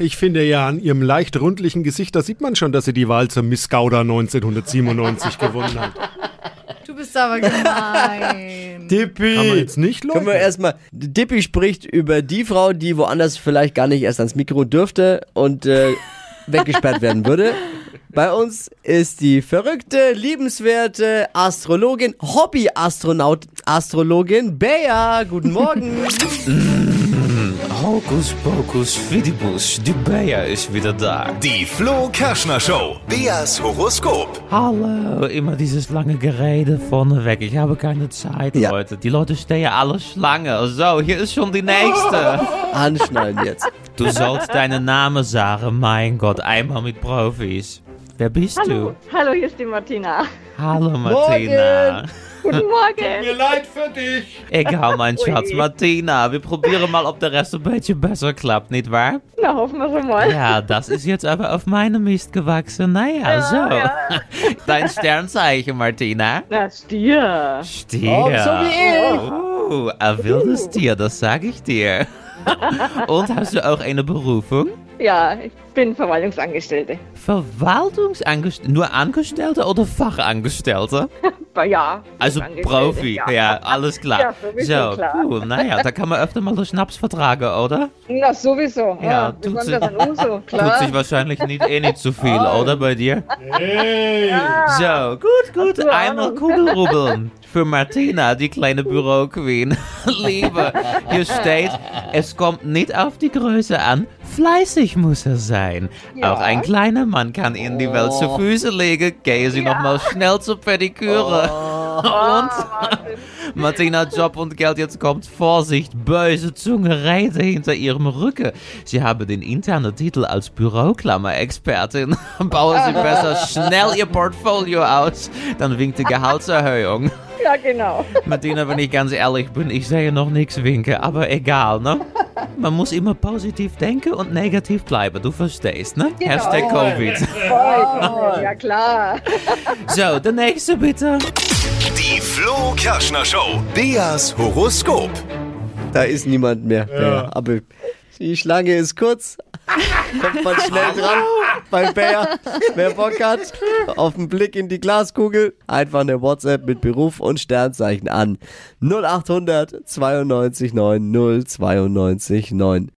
Ich finde ja an ihrem leicht rundlichen Gesicht, da sieht man schon, dass sie die Wahl zur Miss Gouda 1997 gewonnen hat. Du bist aber gemein. Dippi! Kann man jetzt nicht Können wir leugnen. erstmal. Dippi spricht über die Frau, die woanders vielleicht gar nicht erst ans Mikro dürfte und äh, weggesperrt werden würde. Bei uns ist die verrückte, liebenswerte Astrologin, Hobby-Astronaut, Astrologin Bea. Guten Morgen. Hokus Pokus Fidibus, die Bea ist wieder da. Die Flo Kerschner Show. Beas Horoskop. Hallo, immer dieses lange Gerede vorneweg. Ich habe keine Zeit, Ja. Leute. Die Leute stehen alle Schlange. So, hier ist schon die nächste. Anschnallen jetzt. Du sollst deinen Namen sagen, mein Gott, einmal mit Profis. Wer bist Hallo, hallo, hier ist die Martina. du? Hallo, Martina. Guten Morgen. Mir leid für dich. Egal, mein Schatz, Martina. Wir probieren mal, ob der Rest ein bisschen besser klappt, nicht wahr? Na, hoffen wir schon mal. Ja, das ist jetzt aber auf meine Mist gewachsen. Naja, so. Dein Sternzeichen, Martina. Na, Stier. Stier. Oh, so wie Oh, ein wildes Tier, das sage ich dir. Und hast du auch eine Berufung? Ja, ich bin Verwaltungsangestellte. Verwaltungsangestellte? Nur Angestellte oder Fachangestellte? Aber Ja. Also Angestellte, Profi, ja. alles klar. Ja, sowieso so, klar. cool, naja, da kann man öfter mal den Schnaps vertragen, oder? Na, sowieso. Ja, wie tut kommt sich- das an Uso? Tut Klar. sich wahrscheinlich nicht, eh nicht zu viel, oder bei dir? So, gut, gut. Ahnung. Einmal Kugelrubbeln. Für Martina, die kleine Büroqueen. Liebe, hier steht, es kommt nicht auf die Größe an. Fleißig muss er sein. Auch ein kleiner Mann kann ihn die Welt zu Füße legen. Gehe sie nochmal schnell zur Pediküre. Wahnsinn. Und Martina, Job und Geld, jetzt kommt Vorsicht, böse Zunge reite hinter ihrem Rücken. Sie haben den internen Titel als Büroklammer-Expertin. Bauen Sie besser schnell Ihr Portfolio aus, dann winkt die Gehaltserhöhung. Ja, genau. Martina, wenn ich ganz ehrlich bin, ich sehe noch nichts winken, aber egal, ne? Man muss immer positiv denken und negativ bleiben, du verstehst, ne? Hashtag Covid. Voll. Ja, klar. So, der nächste bitte. Die Flo Kerschner Show. Beas Horoskop. Da ist niemand mehr. Bea. Aber die Schlange ist kurz. Kommt man schnell dran bei Bär. Wer Bock hat, auf den Blick in die Glaskugel, einfach eine WhatsApp mit Beruf und Sternzeichen an. 0800 92 9 092 9.